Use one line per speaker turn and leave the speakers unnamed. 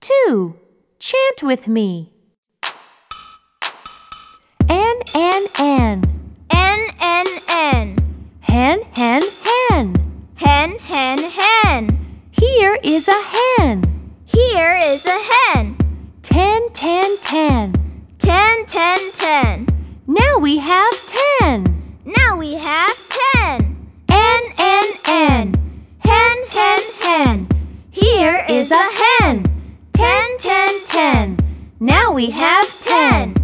Two, chant with me. An, an, an.
N N N.
Hen, hen, hen.
Hen, hen, hen.
Here is a hen.
Here is a hen.
Ten, ten, ten.
Ten, ten, ten.
Now we have ten.
Now we have ten. N N N. Hen, hen, hen. Here is a hen. Ten, ten, ten.
Now we have ten.